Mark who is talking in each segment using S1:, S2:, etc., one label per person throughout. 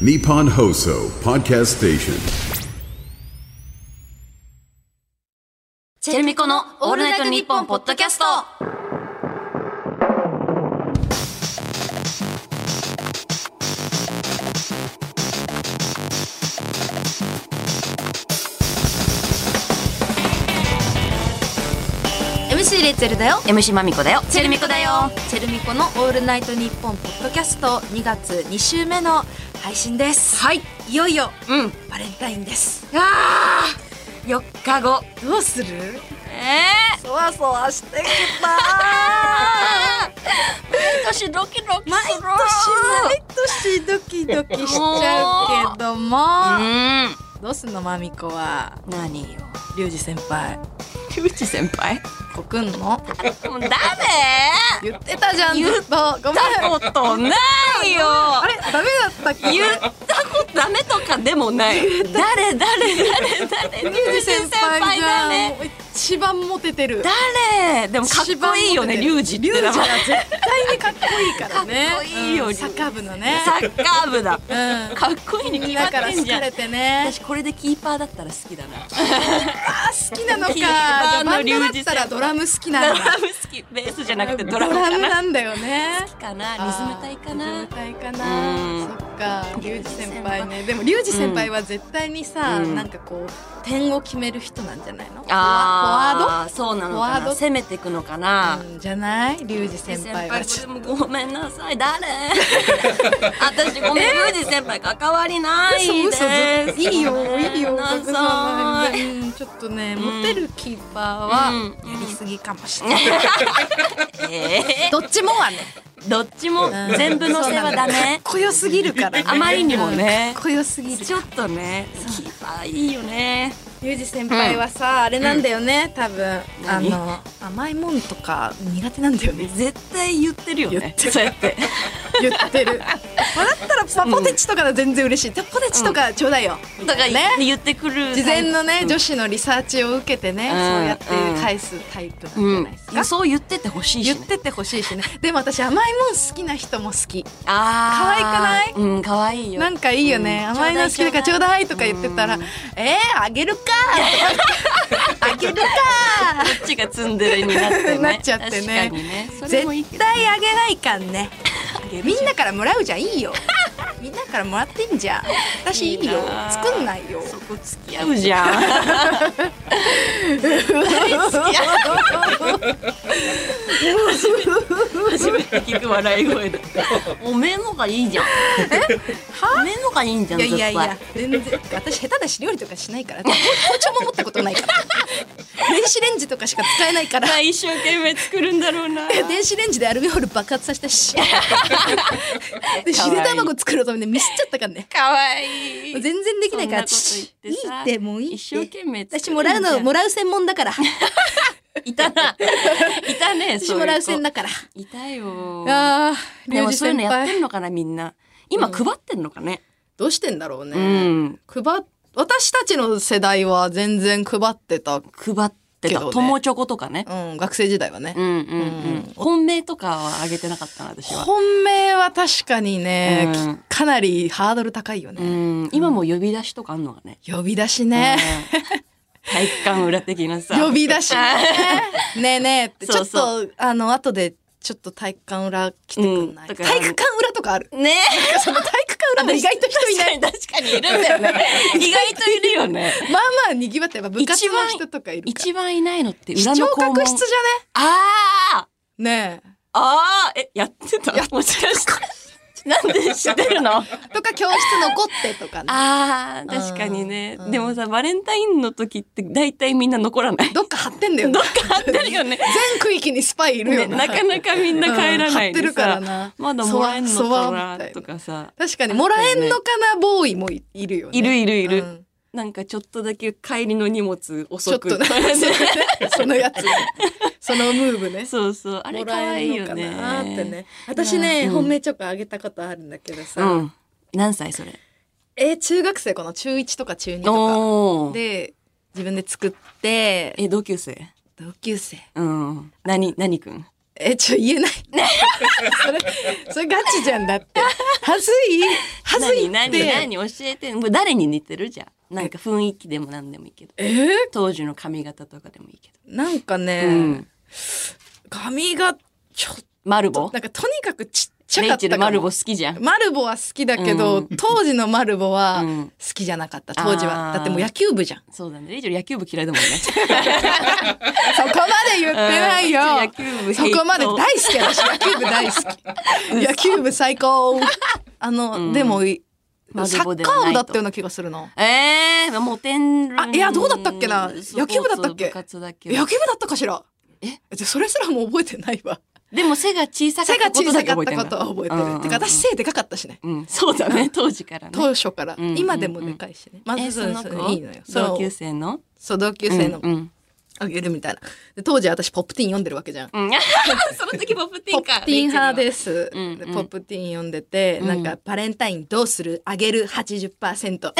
S1: Nippon Hoso Podcast Station.
S2: チェルミコのオールナイトニッポンポッドキャストレッツェルだよ MC まみこだよチェルミコだよ
S3: チェルミコの「オールナイトニッポン」ポッドキャスト2月2週目の配信です
S2: はい
S3: いよいよ
S2: うん
S3: バレンタインです
S2: あ4日後
S3: どうする
S2: え
S3: そわそわしてきた
S2: ー、年ドキドキ
S3: 毎年毎年ドキドキしちゃうけども
S2: うん
S3: どうすんのまみこは
S2: 何よ
S3: リュウジ先輩
S2: リュウジ先輩
S3: こくんの
S2: もうダメ
S3: 言ってたじゃん
S2: 言
S3: ず
S2: っ
S3: っとごめん
S2: たことないよ
S3: あれダメだったっけ
S2: 言ったことダメとかでもない誰誰誰誰 リ
S3: リュウジ先輩が
S2: 誰
S3: もう一番モテてる
S2: 誰でもかっこいいよねリュウジって
S3: リュウジ
S2: 名
S3: は
S2: 前
S3: 絶対にかっこいいからね。
S2: かっこいいよリュウ
S3: うん
S2: ジ
S3: サッカー部のね。
S2: サッカー部だ
S3: うん。
S2: かっこいいに決ま
S3: だ
S2: っ
S3: から
S2: てん
S3: 好
S2: じゃ
S3: か
S2: ん
S3: れてね。
S2: 私これでキーパーだったら好きだな
S3: あ好きなのか
S2: キーパ。ーの
S3: バン
S2: リュ
S3: ドだ
S2: ウ
S3: っ
S2: ジ
S3: たらドラム好きな
S2: ド
S3: ん
S2: ラ
S3: だ。
S2: ム好きベースじゃなく てド
S3: ド
S2: ラ
S3: ラ
S2: ムか
S3: ム
S2: な
S3: なんだよね。
S2: かなリズム隊か
S3: リズ
S2: な
S3: ム隊か
S2: うん
S3: な。そっか。リュウジ先輩ね。でもリュウジ先輩は絶対にさ、
S2: うん
S3: なんかこう点を決める人なんじゃないの？フォワ
S2: ああそうなの
S3: フォ
S2: か
S3: ワー
S2: な
S3: ド
S2: 攻めていくのかな、
S3: ード。うんじゃない？リュウジ先輩は。
S2: 先輩これもごめんなさい誰私ごめんユージ先輩関わりない
S3: 嘘
S2: です
S3: 嘘ずい いよいいよ
S2: ごめんなさい
S3: うんちょっとね、
S2: ん
S3: モテるキーパー
S2: う
S3: は
S2: ん
S3: やりすぎかもしれない、
S2: え
S3: どっちもはね、
S2: ーどっちも
S3: うん
S2: 全部のせはダメ
S3: かっこよすぎるから、ね、
S2: あまりにもね
S3: うんかっこよすぎる
S2: ちょっとねキーパーいいよね
S3: ゆうじ先輩はさ、あれなんだよね多分あ
S2: 何
S3: の甘いもんとか苦手なんだよね
S2: 絶対言ってるよ
S3: 言っ
S2: ね
S3: てる
S2: そうやって
S3: 言っ てるだったらパポテチとか全然嬉しい、ポテチとかちょうだいよ、
S2: とか
S3: ね
S2: 言ってくる
S3: 事前の
S2: う
S3: ね
S2: ん
S3: 女子のリサーチを受けてね、
S2: うん
S3: そうやって返すタイプなんじゃないですか、
S2: うん、そう言っててほしいし、
S3: 言
S2: ね、
S3: っててほしいしねでも私甘いもん好きな人も好き
S2: あー
S3: 可愛く
S2: ないうん可愛いよ
S3: なんかいいよね、
S2: うん
S3: 甘いの好きだからち
S2: ち
S3: ょ
S2: ょ
S3: う
S2: う
S3: だ
S2: だ
S3: い
S2: い
S3: とか言ってたら
S2: うん
S3: 「えー、あげるか!」 とかあげるか!」
S2: こっちがツンデレになってね
S3: なっちゃってね
S2: 確かにねそれもいいけ
S3: 絶
S2: ど
S3: 対あげないか んね
S2: げる
S3: みんなからもらうじゃんいいよみんなからもらってんじゃん私いいよ
S2: いいなあ
S3: 作んないよ
S2: そこ付き合うじ ゃん初めて聞く笑い声だおめえのがいいじゃんおめえのがいいんじゃん
S3: いやいやい
S2: ず
S3: や
S2: っ
S3: 全然私下手だし料理とかしないから包丁も持ったことないから 電子レンジとかしか使えないから
S2: とあ一生懸命作るんだろう な
S3: 電子レンジでアルミホイル爆発させた しで
S2: かわ
S3: ゆ
S2: いい
S3: で卵作ろうと思ってミスっちゃったからね
S2: かわい
S3: 全然できないから
S2: そんなこと言ってさ
S3: いいってもういいって
S2: 一生懸命作る
S3: 私もらう
S2: じ
S3: の
S2: ゃん
S3: もらう専門 だから
S2: いたないたね
S3: 私
S2: そう
S3: もらう
S2: いう
S3: 専
S2: 子
S3: だから
S2: いたよ
S3: あ
S2: でもそういうのやってんのかなみんな今配ってんのかね
S3: どうしてんだろう
S2: う
S3: ね、
S2: ん
S3: 配っ私たちの世代は全然配ってた、う
S2: 配って
S3: け
S2: た
S3: どね
S2: 友チョコとかね
S3: ん、学生時代はね、
S2: うんうんうん本命とかはあげてなかったな私は
S3: 本命は確かにね、
S2: うん
S3: きかなりハードル高いよ
S2: う
S3: ね、
S2: ん今も呼び出しとかあんのがね
S3: 呼び出しね、
S2: うん体育館裏的なさ
S3: 呼 び出しねねえねえってちょ
S2: そうそ
S3: っとあの後でちょっと体育館裏来てくんない、
S2: うんとか
S3: 体育館裏とかある
S2: ね
S3: その体育館裏も意外と人いない
S2: 確かに確かにいるんだよね意外といるよね
S3: まあまあにぎわってやっぱ部活の人とかいるから
S2: 一番いないのって裏
S3: 視
S2: の
S3: 聴
S2: 校門
S3: 覚室じ
S2: あー
S3: ゃねね
S2: あーえやってた
S3: や
S2: もしかしてなんで知ってるの
S3: えとか教室残ってとかね
S2: あー確かにね、
S3: うん
S2: でもさバレンタインの時って大体みんな残らない
S3: どっか張ってんだよね
S2: どっかあってるよね
S3: 全区域にスパイいるよ
S2: ねな
S3: な、
S2: かなかみんな帰らない
S3: うん張って
S2: で
S3: るから
S2: さ、
S3: な
S2: まだもらえんの
S3: そわ
S2: か
S3: そわみた
S2: ない
S3: な
S2: とかさ
S3: 確かにもらえんのかなボーイもいるよね
S2: いるいるいる、
S3: うん
S2: なんかちょっとだけ帰りの荷物
S3: ちょ
S2: 遅
S3: っ
S2: く
S3: とね そのやつそのムーブ ね
S2: そうそうあれ
S3: も
S2: 可
S3: ら
S2: 愛
S3: え
S2: いよ
S3: るのか
S2: ね
S3: なーってね私ね、
S2: うん
S3: 本命チョコあげたことあるんだけどさ、
S2: うん何歳それ
S3: えー中学生かな中1とか中2と
S2: お
S3: か
S2: ー
S3: で自分で作って
S2: え同級生
S3: 同級生
S2: うん何何くん
S3: えちょ言えないそれそれガチじゃんだってはずいはずいって
S2: 何何何教えてもう誰に似てるじゃんなんか雰囲気でも何でもいいけど
S3: えー、
S2: 当時の髪型とかでもいいけ
S3: なんかね、
S2: ど、うん、
S3: 髪がちょっ
S2: マルボ
S3: となんかとにかくちっちゃ
S2: レ
S3: か
S2: イ
S3: っ
S2: チェ
S3: た
S2: ル
S3: かも
S2: マルボ好きじゃん
S3: マルボは好きだけど、
S2: うん
S3: 当時のマルボは
S2: うん
S3: 好きじゃなかった当時
S2: あ
S3: は
S2: ー
S3: だってもう野球部じゃん
S2: そうだねレイチェル野球部嫌いだもんね
S3: そこまで言ってないよ
S2: うん野球部
S3: そこまで
S2: ヘイ
S3: 大
S2: ト
S3: 好き私野球部大好 き野球部最高あの、
S2: うん
S3: でもいサ
S2: マル
S3: ッカ
S2: ボでは
S3: ー
S2: な
S3: 部
S2: いと
S3: だったような気がするな
S2: えー、モテる
S3: あいやどうだったっけな
S2: スポーツ
S3: 野球部だったっけ
S2: 部活だけど
S3: 野球部だったかしら
S2: え
S3: でそれすらもう覚えてないわ
S2: でも背が小さか
S3: 背
S2: っ
S3: が
S2: たこ
S3: 小
S2: と
S3: さ
S2: だけ
S3: かっ
S2: 覚えてるんだ
S3: たことは覚えて
S2: うんうんう
S3: る
S2: ん
S3: てか私背でかかったしね
S2: うん、そうだね当時からね
S3: 当初から、
S2: うんうんうん
S3: 今でもでかいしね、ま
S2: え
S3: ず
S2: その子
S3: いいのよそう
S2: 同級生の
S3: そう同級生の
S2: うんうん
S3: あげるみたいなで当時私ポップティーン読んでるわけじゃん
S2: うんその時ポップティ
S3: ポ
S2: ーン
S3: ッ
S2: か
S3: プティーン派
S2: レイチェルは
S3: です、
S2: うん
S3: で
S2: うん
S3: ポップティーン読んでて、
S2: ん
S3: なんかバレンタインどうするあげる 80%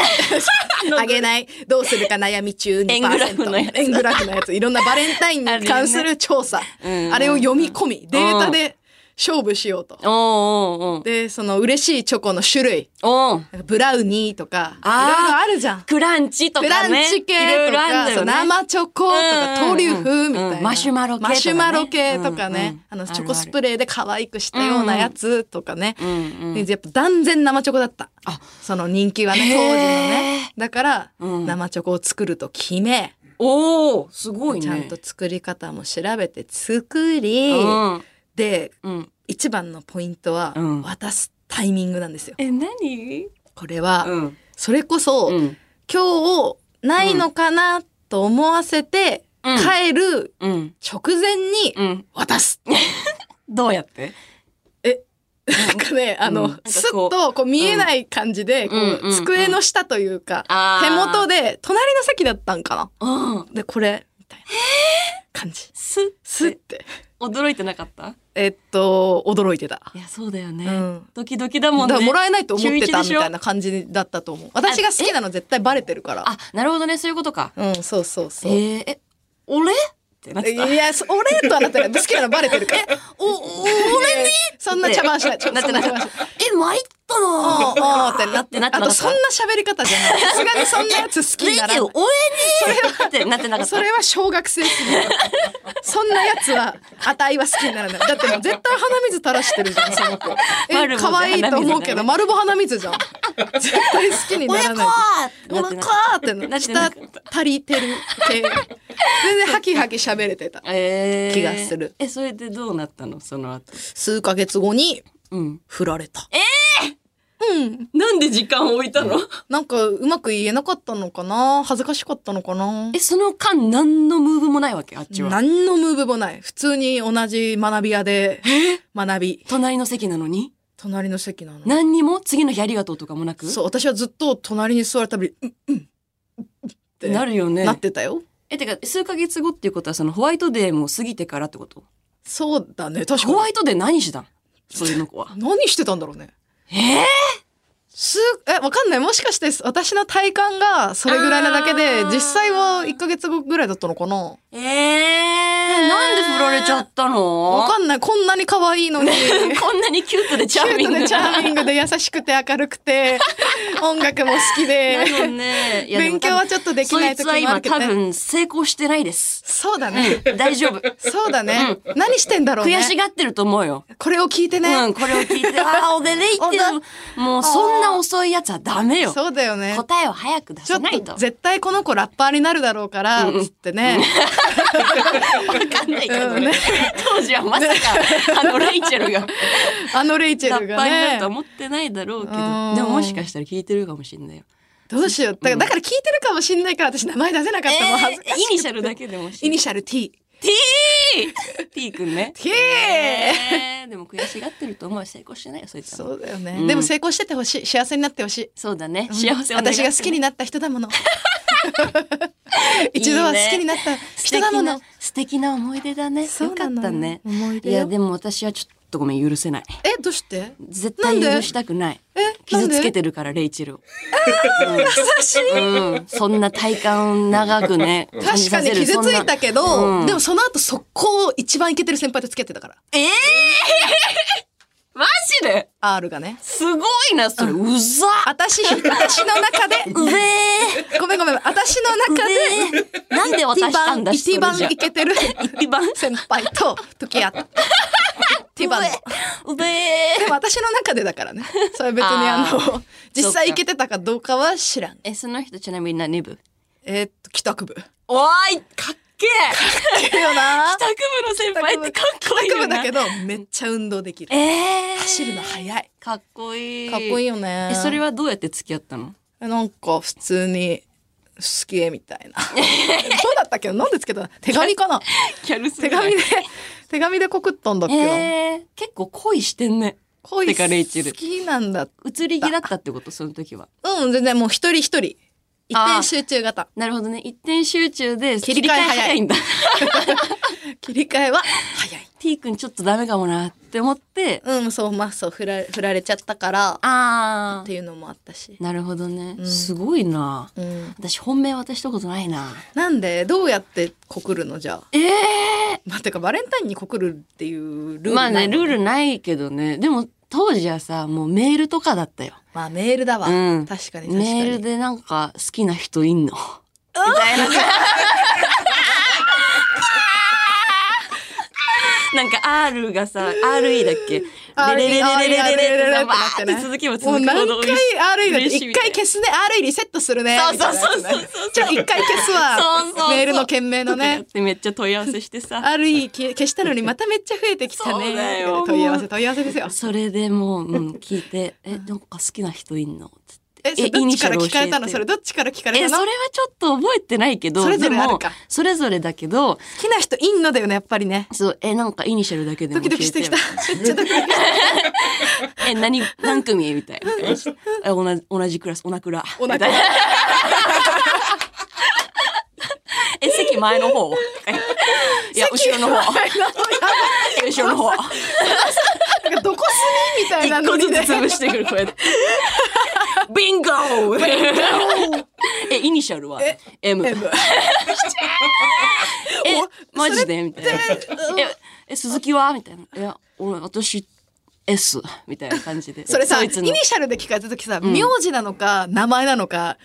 S3: あげないどうするか悩み中2%
S2: 円グラフのやつ
S3: 円グラフのやついろんなバレンタインに関する調査あ
S2: あるよね
S3: れを読み込みデータで勝負しようと、
S2: おーおーおー
S3: でその嬉しいチョコの種類
S2: おー
S3: なんかブラウニーとかいろ
S2: あー
S3: いろあるじゃん
S2: クランチと
S3: クラ
S2: かね
S3: ンチ
S2: い
S3: 系
S2: ろい
S3: と
S2: ろあ
S3: か、
S2: んだよ
S3: そう
S2: ね
S3: 生チョコと
S2: う
S3: か
S2: んうん
S3: トリュフみたいな、
S2: うんマシュマロ系とかね
S3: マシュマロ系とかね、
S2: うんうん
S3: あ
S2: ある
S3: の
S2: ある
S3: チョコスプレーで可愛くしたようなやつとかね、
S2: うんうん
S3: でやっぱ断然生チョコだった
S2: あ
S3: その人気はね当時のねだから、
S2: うん
S3: 生チョコを作ると決め
S2: おおすごいね
S3: ちゃんと作り方も調べて作り、
S2: うん
S3: で
S2: うん
S3: 一番のポイントは、
S2: うん
S3: 渡すタイミングなんですよ
S2: え何
S3: これは、
S2: うん
S3: それこそ、
S2: うん
S3: 今日ないのかなと思わせて、
S2: うん
S3: 帰る
S2: うん
S3: 直前に
S2: うん
S3: 渡す、
S2: どうやって
S3: なんかねあ
S2: う
S3: の、
S2: んなんか
S3: ス
S2: こ
S3: ッ
S2: う
S3: とこう見えない感じで、こう
S2: うんうん
S3: 机の下というか、
S2: あー
S3: 手元で隣の席だったんかな
S2: うん
S3: でこれみたいな感じ
S2: す
S3: スッて
S2: 驚いてなかった
S3: えっと驚いてた
S2: いやそうだよね、
S3: うん
S2: ドキドキだ
S3: だ
S2: もん
S3: か
S2: ね
S3: らもらえないと思って
S2: 中一
S3: たみ
S2: でしょ
S3: たいな感じだったと思う私が好きなの絶対バレてるから
S2: あなるほどねそういうことか
S3: うんそうそうそう、
S2: えー、え俺ってなってた
S3: いやそ俺とはなってない好きなのバレてるから
S2: おおお
S3: 俺にそんな茶番しない。
S2: なってな
S3: そん
S2: か
S3: 茶
S2: った
S3: 番しない
S2: え参った
S3: お
S2: な
S3: ーおーってなって
S2: なってなかった
S3: あとそんな喋り方じゃない。さすがにそんなやつ好き
S2: レ
S3: に
S2: イチ
S3: な
S2: ェ
S3: ら
S2: ル
S3: な
S2: 俺にってなってなか
S3: い。
S2: っ
S3: そ
S2: た
S3: れは小学生すぎる。そんなやつは、あたいは好きにならない。だってもう絶対鼻水垂らしてるじゃん、そ の子。え、
S2: 丸棒じゃ
S3: 可愛いと思う
S2: 鼻水だ
S3: けど、
S2: ね
S3: 丸棒鼻水じゃん。絶対好きにな
S2: 親
S3: ら
S2: か
S3: ない。お
S2: ーってなって
S3: 腹
S2: なかっ
S3: ってな、
S2: なってな
S3: 下
S2: かった
S3: 足りてる系。全然ハキハキ喋れてた。
S2: たえー
S3: 気がする
S2: えそれでどうなったのその後
S3: 数ヶ月後に
S2: うん
S3: 振られた。
S2: なんで時間を置いたの
S3: なんかうまく言えなかったのかな恥ずかしかったのかな
S2: えその間何のムーブもないわけあっちは
S3: 何のムーブもない普通に同じ学び屋で学び
S2: 隣の席なのに
S3: 隣の席なの
S2: 何にも次の日ありがとうとかもなく
S3: そう私はずっと隣に座るたびにうんうんうん
S2: なるよね
S3: なってたよ
S2: えてか数ヶ月後っていうことはそのホワイトデーも過ぎてからってこと
S3: そうだね確
S2: ホ
S3: か
S2: ワ
S3: に
S2: イトデー何したんそういうの子 は
S3: 何してたんだろうね
S2: ええ
S3: すえわかんないもしかして私の体感がそれぐらいなだけで
S2: あー
S3: 実際は1ヶ月後ぐらいだったのかな
S2: ええなんで振られちゃったの
S3: わかんないこんなに可愛いのに
S2: こんなにキュートで チャーミング
S3: で
S2: な。
S3: チャーミングで優しくて明るく て音楽も好きで
S2: なのね。いやでも
S3: 勉強はちょっとできない時もあるけど
S2: そいつは今多
S3: ね
S2: 分成功してないです。
S3: そうだね
S2: 大丈夫。
S3: そうだね何してんだろうね
S2: 悔しがってると思うよ。
S3: これを聞いて
S2: う
S3: ね
S2: ん、これを聞いて、ああ、俺レ イっ
S3: お
S2: て
S3: だ、
S2: もうそんな遅いやつはダメよ。
S3: そうだよね
S2: 答えを早く出
S3: ちょ
S2: さ
S3: っ
S2: ないと。
S3: と絶対この子ラッパーになるだろうからつってね
S2: わかんないけど
S3: うんね
S2: ね。当時はまさか、あのレイチェルが、
S3: あのレイチ
S2: ラ
S3: ェル
S2: ッ
S3: が
S2: パーになる
S3: ね
S2: とは思ってないだろうけど
S3: うん、
S2: でももしかしたら聞いてるかもしれないよ。
S3: どうしようだからだから聞いてるかもしんないから私名前出せなかったもん恥ず
S2: え
S3: か
S2: ー
S3: しい
S2: イニシャルだけでも
S3: イニ
S2: シ
S3: シャル T
S2: ャル T 君ね。
S3: T
S2: えーでも悔しがってると思うよ成功してないよそいつは
S3: そうだよ
S2: う
S3: ね
S2: ん
S3: でも成功しててほしい幸せになってほしい
S2: そうだね幸せを願って
S3: 私が好きになった人だ もの 一度は好きになった
S2: 素
S3: 人
S2: 敵
S3: だも
S2: な
S3: の
S2: 素敵な思い出だね
S3: そう
S2: よか
S3: な
S2: っ
S3: の
S2: たね
S3: 思い出
S2: い
S3: よ
S2: やでも私はちょっとごめん許せない
S3: えどうして
S2: 絶
S3: なん
S2: 対
S3: で
S2: 許したくない
S3: えな
S2: 傷
S3: んで
S2: つけてるからレイチェルを、
S3: 優しい
S2: うん、そんな体感を長くね感
S3: 確
S2: じ
S3: か
S2: さ
S3: に
S2: せる
S3: 傷ついたけど、
S2: そんなうん
S3: でもその後速攻一番イケてる先輩と付き合ってたから。
S2: えー マジで
S3: R がね
S2: すごいな、それ。うざ
S3: 私私の中で
S2: うぜえ。
S3: ごめんごめん私の中で
S2: うぜえ。なんで渡したんだ、
S3: 一番一番いけてる
S2: 一番
S3: 先輩と付き合った一番の
S2: うぜえ。
S3: でも私の中でだからねそれ別にあ
S2: あ
S3: の実際いけてたかどうかは知らん
S2: え、その人ちなみに何部
S3: えーっと帰宅部い
S2: おーい、かっけえ。
S3: いよな
S2: 帰宅部の先輩ってかっこいい
S3: 帰宅
S2: よ
S3: 部
S2: な。
S3: だけどめっちゃ運動できる
S2: えー、
S3: 走るの速い
S2: かっこいい。
S3: かっこいいよね
S2: え、それはどうやって付き合った の
S3: なんか普通に好きみたいな どうだったっけなんでつけたの手 紙かな
S2: キャルス
S3: 手紙で手紙で告ったんだっけな、
S2: えー、結構恋してんね。
S3: 恋
S2: てかレイチェル
S3: 好きなんだ
S2: 移り気だったってことその時は。
S3: うん全然もう一人一人一
S2: あー
S3: 点集中型
S2: なるほどね。一点集中で
S3: 切り替え早い
S2: いんだ。
S3: 切り替えは 早い
S2: T 君ちょっとダメかもなって思って。
S3: うんそうまあそう振ら振られちゃったから
S2: あ
S3: っ
S2: ー。
S3: ていうのもあったし、
S2: なるほどね。
S3: うん
S2: すごいな。
S3: うん、
S2: 私本命渡したことないな。
S3: なんでどうやって告るのじゃあ
S2: ええ
S3: まあてかバレンタインに告るっていうルール
S2: まあね、ルー
S3: ル
S2: ルないけどね。でも当時はさ、もうメールとかだったよ。
S3: まあメールだわ、
S2: うん
S3: 確かに確かに
S2: メールでなんか好きな人いんの。みたい な。なんか R がさ、RE だっけレレ
S3: RE
S2: レレレレレレレ
S3: って
S2: バ
S3: なっ
S2: ー
S3: て
S2: っ
S3: ね
S2: て続けば続く
S3: もう
S2: ほ
S3: 何
S2: ど
S3: 回 RE だって一回
S2: し
S3: 消すね RE リセットするね
S2: そうそうそうそう
S3: みたいなやつねちょ一回消すわ
S2: そうそうそう
S3: メールの件名のね
S2: めっちゃ問い合わせしてさ。
S3: RE 消消したのにまためっちゃ増えてきた
S2: そうだ
S3: ね
S2: よ
S3: 問い合わせ問い合わせですよ
S2: それでもう、うん、聞いて、え、なんか好きな人いんのつって
S3: えそれどっちから聞かれたの
S2: えイニシャル教えて
S3: それどっちから聞かれ
S2: え、
S3: た
S2: そ
S3: の
S2: れ
S3: 好
S2: はちょっと覚えてないけど、
S3: それぞれ
S2: でも
S3: あるか
S2: それぞれだけど、
S3: きな人いんのだよねやっぱりね
S2: そう、え、なんかイニシャルだけでも
S3: ドキ
S2: 教え
S3: ド
S2: て
S3: キ
S2: よ
S3: してきためっちゃドキドキしてき
S2: え、何、何組みたいな。え、同じ、同じクラス、オナクラ。
S3: オナクラ
S2: みたいな え、席前の方。えいや、後ろの方。え 後ろの方。
S3: たなんかどこ住みみたいな
S2: 一個
S3: の
S2: ず
S3: に
S2: つ
S3: ね
S2: 潰してくる、こうやって。ビンゴ え、イニシャルは
S3: え
S2: ?M。え、
S3: 全部
S2: マジでみたいな。え、え鈴木はみたいな。いや、俺、私、S。みたいな感じで。
S3: それさ
S2: ド
S3: イ
S2: イツ
S3: ニ
S2: の
S3: シャルで聞かれた時さ名字なのか名前なのか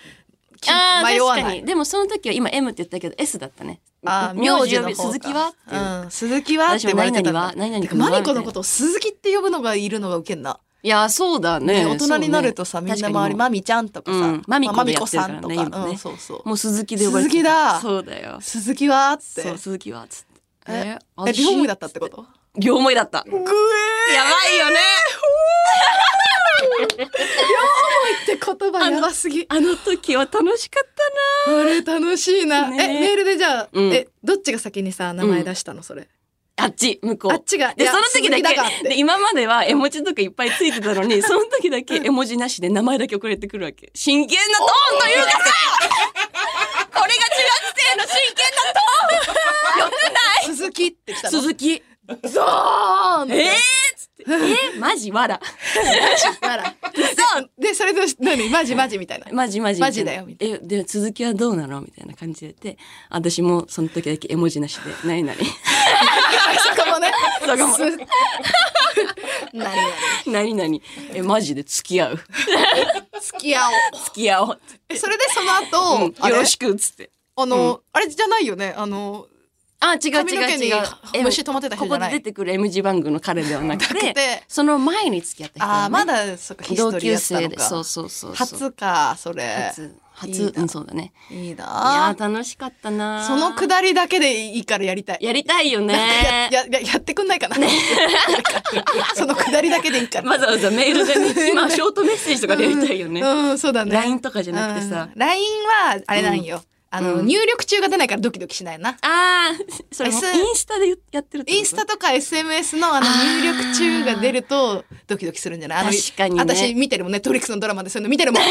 S3: き
S2: あー
S3: 迷わ
S2: 確か
S3: ない
S2: にでもその時は今 M って言ったけど S だったね
S3: あ
S2: 名
S3: 名字
S2: 字
S3: の
S2: 呼び
S3: 方か
S2: 鈴木はっていう、
S3: うん、鈴木はって言われてたんだ
S2: 私も何々は何々
S3: てか
S2: 君は
S3: マリコのことを鈴木って呼ぶのがいるのがウケんな、
S2: いやそうだね
S3: ね大人になると
S2: そ
S3: さ、
S2: うね
S3: みんな周りマミちゃんとかさ、
S2: うんマミコ
S3: まあ
S2: でや
S3: コ
S2: ってる
S3: さ
S2: から
S3: ん
S2: ね
S3: とか、
S2: 今ね
S3: うん、そうそう
S2: もう鈴木で呼ばれて
S3: 鈴木だ
S2: そうだよ
S3: 鈴木はって
S2: そう鈴木はつって
S3: ええ
S2: 私
S3: 両思いだったってこと
S2: 両思いだったや
S3: グエー
S2: ばいよね
S3: って言葉やばすぎ
S2: あの時は楽しかっ
S3: あれ楽しいな、
S2: ね
S3: えメールでじゃあ、
S2: うん
S3: えどっちが先にさ名前出したのそれ、
S2: たなあっち向こう
S3: あっちが
S2: で
S3: いや
S2: その時だけ
S3: 鈴木だからって
S2: で今までは絵文字とかいっぱいついてたの にその時だけ絵文字なしで名前だけ送られてくるわけ真剣なトーンというかさこれが中学生の真剣なトーン
S3: 鈴木って来たの
S2: 鈴木
S3: ゾーン
S2: えー、っつってえ ー、マジわら
S3: あらでそれで何マジマジみたいな
S2: マジマジ
S3: マジだよみた
S2: いなえで鈴木はどうなのみたいな感じで言って私もその時だけ絵文字なしで 何々
S3: そこもね
S2: そこも
S3: す何々
S2: 何々えマジで付き合う
S3: 付き合 おう
S2: 付き合おう、
S3: えそれでその後、
S2: うん
S3: あれ
S2: よろしくっつって
S3: あの、あれじゃないよねあの
S2: あ違う
S3: 髪の
S2: 違
S3: 毛
S2: う
S3: に
S2: 違うえ
S3: 虫止まってた人
S2: こ
S3: じゃ
S2: こ
S3: な
S2: で
S3: い
S2: 出てくる M 字番組の彼ではなく
S3: な
S2: て
S3: くて
S2: その前に付き合った人、ね、
S3: あーまだそっかヒス
S2: 同
S3: トリ
S2: 級
S3: ーやった
S2: 生
S3: の
S2: で
S3: か
S2: そうそうそうそう
S3: 初かそれ
S2: 初
S3: い
S2: 初
S3: いな
S2: うんそうだね
S3: いい
S2: いや
S3: な
S2: ー楽しかったなー
S3: そのくだりだけでいいからやりたい
S2: やりたいよね
S3: ややややってくん ないかな、そのくだりだけでいい から、
S2: わざわざメールでね、今ショートメッセージとかでやりたいよね。
S3: うんそうだね
S2: LINE とかじゃなくてさ
S3: うん。LINE はあれなんよ、あの、入力中が出ないからドキドキしないな
S2: ああ、それも
S3: S-
S2: インスタでやってるってこと
S3: インスタとか SMS のあの入力中が出るとドキドキするんじゃないあの
S2: 確かにね
S3: 私見てるもんねトリックスのドラマでそういうの見てる もん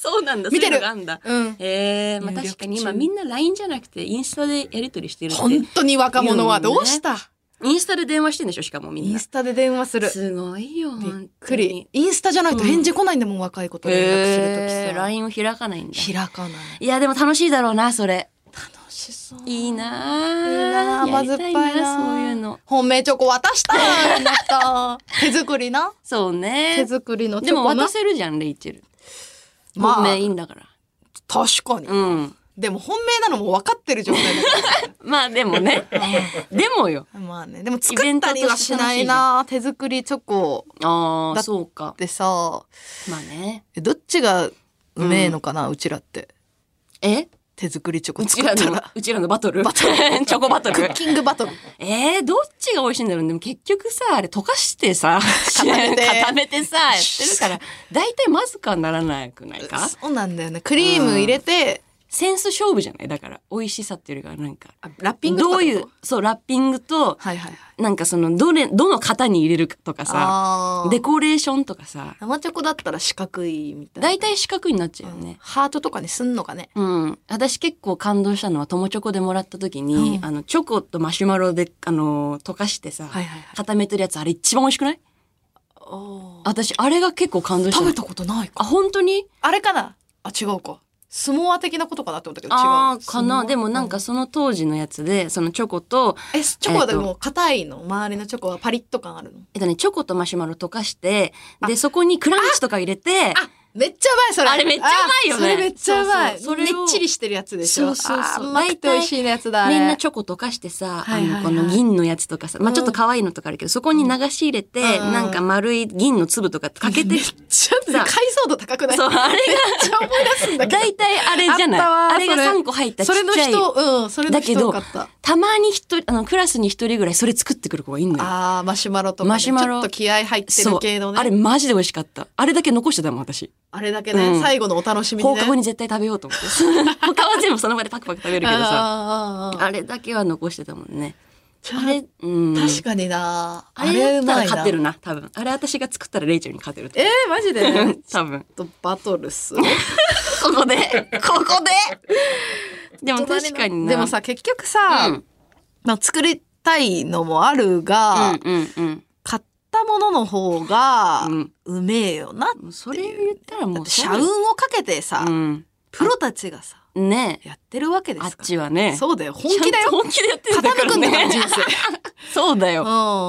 S2: そうなんだ、
S3: 見てる
S2: そういうのがあんだ。
S3: うん
S2: ええ、まあ確かに今みんな LINE じゃなくてインスタでやり取りしてるって。
S3: 本当に若者はどうした、
S2: インスタで電話してんでしょ、しかもみ
S3: イ
S2: ん
S3: ン
S2: な。
S3: スタで電話する
S2: すごいよ、
S3: び
S2: び
S3: っくり。インスタじゃないと返事来ないんだもん、若い子と連絡するとき
S2: ええ、
S3: さ、
S2: LINE を開かないんだ。
S3: 開かない
S2: いや、でも楽しいだろうな、それ。
S3: 楽ししそう
S2: いい
S3: いい
S2: な
S3: な
S2: あ
S3: 甘酸っぱいな
S2: やりたそういうの
S3: 本命チョコ渡したいなった 手作りな
S2: そう
S3: 手
S2: ね
S3: 作りのチ
S2: で
S3: ョ
S2: も
S3: コな
S2: 渡せるじゃんレイチェル
S3: まあ
S2: 本命いいんだから
S3: 確かに、
S2: うん
S3: でも本命なのも分かってる状態だか
S2: まあでも ねでもよ
S3: ら まあねでも作ったりはしないな手作りチョコ
S2: あ
S3: だ
S2: あ
S3: っ
S2: そうか
S3: ってさ
S2: まあね
S3: えどっちがうめえのかな、うちらって
S2: え
S3: 手作りチョコ
S2: うち
S3: 作っ
S2: ら
S3: た
S2: の
S3: ら
S2: うちらのバトル チョコバ ト
S3: ク
S2: ル
S3: ッキングバトル
S2: えー、どっちが美味しいんだろうねでも結局さあれ溶かしてさ
S3: 固めて
S2: 固めてさやってる から大体まずかならなくない か
S3: そうなんだよねクリーム入れて、
S2: センス勝負じゃないだから美味しさっていうよりかはなんか
S3: ラッ
S2: どういう
S3: は
S2: そうラッピングと
S3: いはいはい
S2: なんかそのどれどの型に入れるかとかさ
S3: あー
S2: デコレーションとかさ
S3: 生チョコだったら四角いみたいな
S2: 大体四角になっちゃうよね。
S3: ハートとかにすんのかね
S2: うん、私結構感動したのは友チョコでもらった時に、
S3: うん
S2: あのチョコとマシュマロで、あのー溶かしてさ、
S3: はいはいはい
S2: 固めてるやつあれ一番美味しくない私あれが結構感動した
S3: 食
S2: の
S3: べたことない
S2: あ
S3: か
S2: 本当に
S3: あれかなあ違うかスモア的なことかなって思ったけど違う
S2: あーかなでもなん
S3: か
S2: かその当時のやつでそのチョコと
S3: えチョコはで
S2: え
S3: も硬いの周りのチョコはパリッと感あるの
S2: えっとねチョコとマシュマロ溶かしてでそこにクランチとか入れて
S3: あめっちゃうまいそれ
S2: あれめっちゃうまいよね
S3: あそれめっちゃうまい
S2: そうそうそれを
S3: ねっちりしてるやつでしょ
S2: そうそうそう
S3: あー甘くて美味しいやつだあ
S2: み
S3: れ
S2: んなチョコ溶かしてさ、
S3: はいはいはい
S2: あのこの銀のやつとかさ、まあちょっと可愛いのとかあるけど、そこに流し入れて、
S3: うん
S2: なんか丸い銀の粒とかかけて、
S3: ちょっと
S2: さ
S3: 解像度高くな い
S2: そうあれ
S3: めっちゃ思い出すんだけど
S2: 大体あれじゃない。
S3: あったわ
S2: あれが
S3: それ
S2: 3個入ったちっ
S3: そ
S2: ちゃ
S3: れ
S2: い。
S3: の人うんそれの
S2: だけ
S3: 人
S2: ど
S3: 多かった、
S2: たまに一人、あの、クラスに一人ぐらいそれ作ってくる子がいんのよ。
S3: あーマシュマロとか、ね、
S2: マシュマロ
S3: ちょっと気合入って
S2: そう
S3: る系の。ね
S2: あ
S3: あ
S2: れ
S3: れ
S2: マジで美味しかった。あれだけ残してたもん、私。
S3: だけね、
S2: うん
S3: 最後のお楽しみに
S2: 放
S3: ね
S2: 課後に絶対食べようと思 って。他は全部その場でパクパク食べるけどさ。
S3: あーあーあー
S2: あれだけは残してたもんね。
S3: ちょ
S2: あれ、うん。
S3: 確かにな
S2: あれだったら勝て
S3: る
S2: るな、多分。あれ私が作ったらレイチェルに勝てると
S3: え
S2: 思う。
S3: ー、マジ でち
S2: 多分。
S3: ょっとバトルっす
S2: ここで、ここで。でも確かにな。
S3: でも、さ結局さ、
S2: うん
S3: まあ、作りたいのもあるが、
S2: うんうんうん。
S3: 買ったものの方が
S2: うん
S3: うめえよな、
S2: もうそれ言ったら
S3: だ
S2: も
S3: っ
S2: う
S3: て
S2: そう
S3: 社運をかけてさ、
S2: うん。
S3: プロたちがさ
S2: ねえ
S3: やってるわけで
S2: あ
S3: す
S2: っ
S3: から
S2: ちはね。
S3: そうだよ本気だ
S2: ちゃんと
S3: よ
S2: 本気でやってるんだか
S3: 傾
S2: ら
S3: くんだから人
S2: ね。
S3: 生
S2: そうだよ。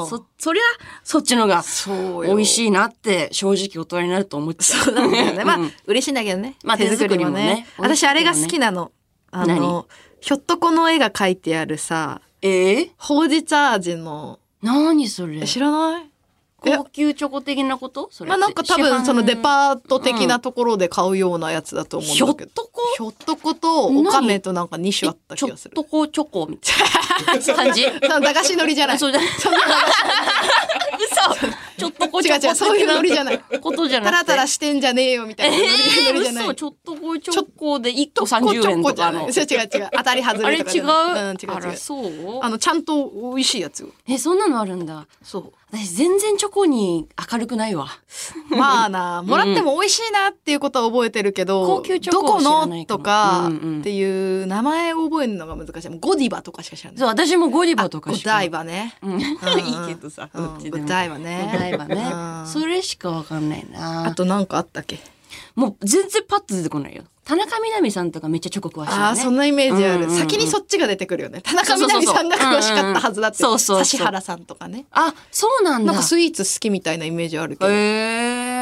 S3: う
S2: そ、そりゃ、そっちのが
S3: そう
S2: 美味し
S3: い
S2: いなって正直大人になると思っちゃう。
S3: そうなんだ よねまあ、
S2: うん
S3: 嬉しいんだけどね、
S2: まあ
S3: 手作
S2: 手作
S3: りもね
S2: りもね
S3: 私あれが好きなのあのひょっとこの絵が描いてあるさ
S2: ええ
S3: ほうじ茶味の
S2: 何それ
S3: え知らないえ
S2: 高級チョコ的なことそれっ
S3: まあ
S2: て。
S3: なんか多分そのデ
S2: ー
S3: パート的なところで買うようなやつだと思うんだけ
S2: ひょ
S3: ど。
S2: っとこ
S3: ひょっとことおかめとなんか2種あった
S2: ち
S3: 気
S2: ょ
S3: が
S2: っ
S3: する。
S2: とこうチョコみたいな感じ
S3: その駄菓子のりじゃない。
S2: そう
S3: 違
S2: じ
S3: う
S2: ゃない。
S3: そんな駄菓
S2: 嘘ちょっとこうチョコ
S3: 違うそういうのりじゃ ない。
S2: ことじゃな
S3: タ
S2: く
S3: ラ
S2: て。
S3: タラしてんじゃねえよみたいなノ
S2: え
S3: リ
S2: ー、
S3: じゃない。
S2: 嘘ちょっとこうチョコで1個
S3: こうち
S2: 30
S3: ょ
S2: 円
S3: ことじゃ
S2: か
S3: ない。
S2: の。
S3: そう違う違う。当たり外
S2: あれ
S3: れ
S2: 違う
S3: とかじゃない。う
S2: あ
S3: ん違う違
S2: ら
S3: う。
S2: そう
S3: あのちゃんと美味しいやつよ。
S2: えそんなのあるんだ
S3: そ
S2: 私全然チョコに明るくないわ
S3: う。まあな、もらっても美味しいなっていうことは覚えてるけど、
S2: 高級チョ
S3: ど
S2: コは
S3: こ
S2: 知らな
S3: の
S2: い
S3: と
S2: かも
S3: か
S2: うんうん
S3: っていう名前を覚えるのが難しい。もうゴディバとかしか知らない。
S2: そう私もゴディバとか
S3: ゴ
S2: しか
S3: ダイバね。
S2: うんいい
S3: ん
S2: けどさ
S3: う
S2: ど
S3: ん
S2: っちで
S3: ゴ
S2: も
S3: ダイバね。
S2: ゴダイバ
S3: うん
S2: ねそれしかわかんない
S3: あ
S2: な
S3: となんかあったっけ、
S2: もう全然パッと出てこないよ田中みな実さんとかめっちゃチョコ詳しいよね
S3: ああそんなイメージある、
S2: うんうんうん
S3: 先にそっちが出てくるよね田中みな実さんが詳しかったはずだって
S2: そうそうそううんうんそうそうそう
S3: 指原さんとかね
S2: あそうなんだ
S3: なんかスイーツ好きみたいなイメージあるけど、
S2: へ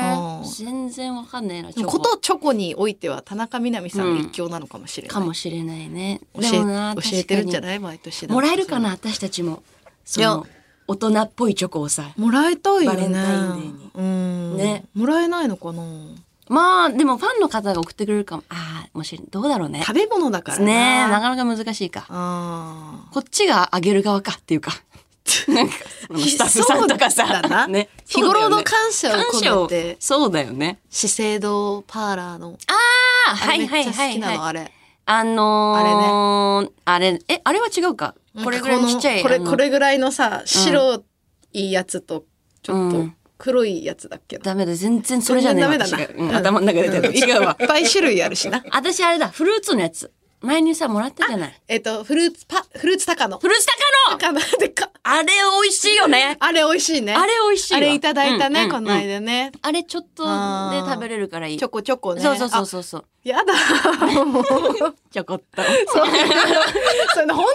S2: ー
S3: うん
S2: 全然わかんないなチ
S3: で
S2: ョ
S3: も
S2: コ
S3: ことチョコにおいては田中みな実さんが一強なのかもしれない、
S2: かもしれないね
S3: 教え
S2: でもな
S3: 教えてるんじゃ
S2: い
S3: ない毎年
S2: もらえるかな
S3: な
S2: 私たちもそ
S3: いや
S2: の大人っぽいチョコをさ
S3: もらいたいよね
S2: バレンタインデーに
S3: うん
S2: ね
S3: もらえないのかな
S2: まあでもファンの方が送ってくれるかもああもしれんどうだろうね
S3: 食べ物だからな
S2: ねえなかなか難しいか
S3: あー
S2: こっちがあげる側かって いうかなんかそのスタッフさんとか
S3: そう
S2: さ、
S3: だな
S2: ね、
S3: 日頃
S2: そうだよ
S3: の
S2: ね
S3: 感謝を
S2: 感謝
S3: 込め
S2: を
S3: て
S2: そうだよね
S3: 資生堂パーラーの
S2: あ
S3: あれめっちゃ好きなのあれ
S2: あのー、あれえあれは違うかこれぐらいのちっちゃい
S3: これ
S2: あの
S3: これぐらいのさ白いやつとちょっ
S2: う
S3: と
S2: ん
S3: 黒いやつだっけな
S2: ダメだ全然それじゃねえ
S3: 全然
S2: わ
S3: ダメだ
S2: 私
S3: な
S2: がうん頭の中で出てる
S3: ん
S2: 違うわ
S3: いっぱい種類あるしな
S2: 私あれだフルーツのやつ前にさもらったじゃない
S3: えっとフルーツパフルーツ高野
S2: フルーツ高野
S3: 高野でか
S2: あれ美味しいよね
S3: あれ美味しいね
S2: あれ美味しいわ
S3: あれいただいたね、
S2: うんうんうん
S3: この間ね
S2: あれちょっとで食べれるからいい
S3: チョコチョコね
S2: そうそうそう
S3: あ
S2: そうそう
S3: や だもう
S2: ちょこっと
S3: そんなそんな本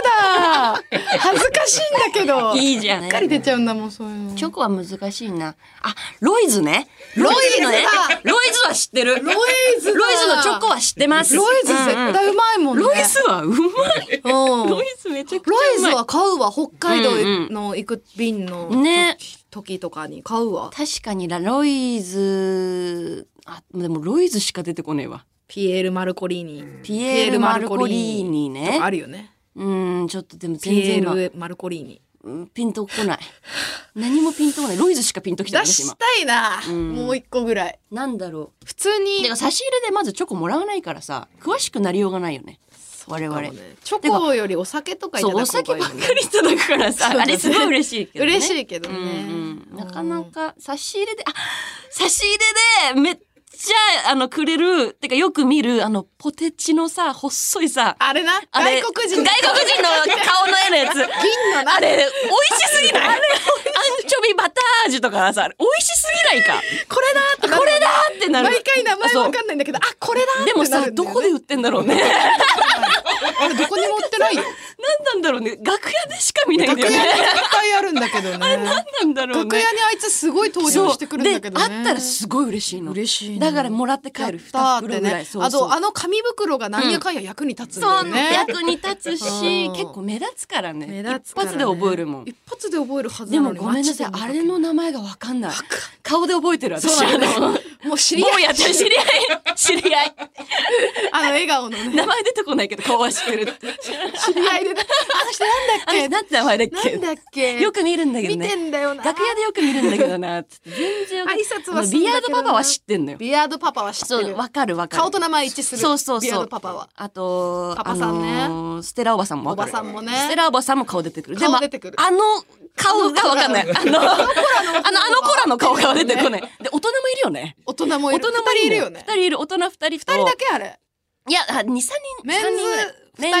S3: 当にやだ恥ずかしいんだけど
S2: いいじゃん
S3: ばっかり出ちゃうんだもんそういうの
S2: チョコは難しいなあロイズねロイズのねロイズは知ってるロ
S3: ロイズだ
S2: イズのチョコは知ってます
S3: ロイズ絶
S2: うんうん
S3: 対うまいもんね、
S2: ロイズはうまい
S3: うん
S2: ロイズめちゃくち
S3: ロ
S2: ゃ
S3: イ
S2: う
S3: ズ
S2: まい
S3: は買うわ北海道の行く便の
S2: ね
S3: 時とかに買うわ、
S2: 確かにラロイズあでもロイズしか出てこねえわ
S3: ピエール・マルコリーニ
S2: ピエール・マルコリーニ
S3: とか
S2: ね
S3: あるよね
S2: うんちょっとでも全
S3: ピエ
S2: 然今
S3: ール・マルコリーニ
S2: うんピンとこない何もピンとこないロイズしかピンとき
S3: 出
S2: てない私
S3: し
S2: 今
S3: たいな、
S2: ん
S3: もう一個ぐらい
S2: なんだろ
S3: 普通
S2: う
S3: に
S2: てか差し入れでまずチョコもらわないからさ詳しくなりようがないよね我々
S3: そうかもねチョコよりお酒とかいた
S2: そうお
S3: だく方
S2: 酒
S3: がいい
S2: ばっ
S3: よ
S2: か
S3: ね
S2: りいただくからさ、
S3: そうだ
S2: あ
S3: ね
S2: れすごい嬉しいけどね
S3: 嬉しいけどね、
S2: うんうんなかなか差し入れであ差し入れでめっちゃあのくれるてかよく見るあのポテチのさ細いさ
S3: あれな
S2: あれ
S3: 外国人の
S2: 外国人の顔の絵のやつ
S3: 銀のな
S2: あれ美味しすぎないアンチョビバター味とかさ美味しすぎないか
S3: これだってなる
S2: これだってなる
S3: 毎回名前わ
S2: そ
S3: かんないんだけどあこれだ
S2: う
S3: って
S2: でも
S3: な
S2: さ
S3: るんだ
S2: ど
S3: よね
S2: こで売ってんだろうね何
S3: あれどこにも売っ てないよ
S2: なんだろうね楽屋でしか見ないん
S3: 楽
S2: だよ
S3: 屋に
S2: ね
S3: 絶対あるんだけどね
S2: 何なんだろう
S3: 楽
S2: ね
S3: 屋にあいつすごい登場してくるんだけどね
S2: そうであったらすごい嬉しいの
S3: 嬉しいの
S2: だからもらって帰る
S3: やった
S2: 2
S3: ーっ
S2: 袋
S3: て
S2: ぐらい
S3: ね
S2: そう
S3: あ
S2: そう
S3: とあの紙袋がなんやかんや役に立つんだ
S2: そ
S3: よ
S2: う
S3: ね
S2: 役に立つし
S3: うん
S2: 結構目立つからね
S3: 目立つ
S2: 一
S3: からね
S2: 発で覚えるもん
S3: 一発で覚えるはず
S2: で
S3: なの
S2: も
S3: に
S2: ごめんなさいあれの名前がわかんない
S3: わかん
S2: 顔で覚えてる私
S3: そうなんだよ
S2: あの
S3: もう知り
S2: も
S3: 合
S2: う
S3: い
S2: やってる知り合い知り 合い
S3: あの笑顔のね
S2: 名前出てこ ないけど顔は知ってるって
S3: 知り合いでねあの人
S2: あれ
S3: なんだ
S2: なんて名前だっ
S3: っ
S2: け
S3: けなんだっけ
S2: よく見るんだけど
S3: 見て
S2: ね
S3: んだよな
S2: 楽屋でよく見るんだけどなつって全然わかんない
S3: 挨拶はするんだけど
S2: ビ
S3: な
S2: アードパパは知ってんのよ
S3: ビアードパパは知って
S2: そう
S3: る
S2: わかるわかる
S3: 顔と名前一致する
S2: そうそうそう
S3: ビアードパパは
S2: あと
S3: パパさんね
S2: あのーステラおばさんもわかる
S3: おばさんもね
S2: ステラおばさんも顔出てくる
S3: 顔
S2: でも
S3: 出てくる
S2: あの顔がわかんないあのあのあの子らの顔が出てこないで大人もいるよね
S3: 大人もい
S2: 大
S3: る
S2: 人も
S3: 二人いるよね
S2: 2人いる大人2人2人
S3: 二人だけあれ
S2: いや23人
S3: メンズ
S2: 三人ぐらい
S3: 二